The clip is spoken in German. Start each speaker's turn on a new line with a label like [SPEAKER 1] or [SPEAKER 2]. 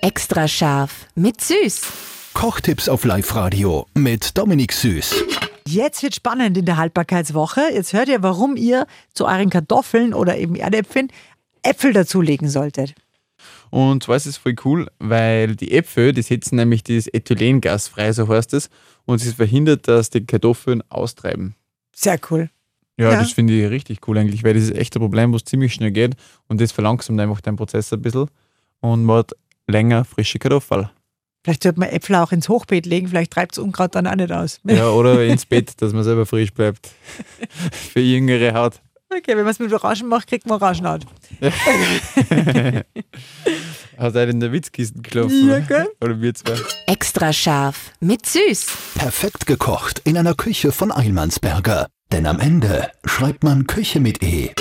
[SPEAKER 1] Extra scharf mit Süß.
[SPEAKER 2] Kochtipps auf Live-Radio mit Dominik Süß.
[SPEAKER 3] Jetzt wird spannend in der Haltbarkeitswoche. Jetzt hört ihr, warum ihr zu euren Kartoffeln oder eben Erdäpfeln Äpfel dazulegen solltet.
[SPEAKER 4] Und zwar ist es voll cool, weil die Äpfel, die setzen nämlich dieses Ethylengas frei, so heißt es, und es verhindert, dass die Kartoffeln austreiben.
[SPEAKER 3] Sehr cool.
[SPEAKER 4] Ja,
[SPEAKER 3] Ja.
[SPEAKER 4] das finde ich richtig cool eigentlich, weil das ist echt ein Problem, wo es ziemlich schnell geht und das verlangsamt einfach den Prozess ein bisschen und man hat länger frische Kartoffeln.
[SPEAKER 3] Vielleicht sollte man Äpfel auch ins Hochbeet legen, vielleicht treibt es Unkraut dann auch nicht aus.
[SPEAKER 4] Ja, oder ins Bett, dass man selber frisch bleibt. Für jüngere Haut.
[SPEAKER 3] Okay, wenn man es mit Orangen macht, kriegt man Orangenhaut.
[SPEAKER 4] Hat einen in der Witzkiste gelaufen.
[SPEAKER 3] Ja, gell?
[SPEAKER 4] Oder wir zwei.
[SPEAKER 1] Extra scharf mit Süß.
[SPEAKER 2] Perfekt gekocht in einer Küche von Eilmannsberger. Denn am Ende schreibt man Küche mit E.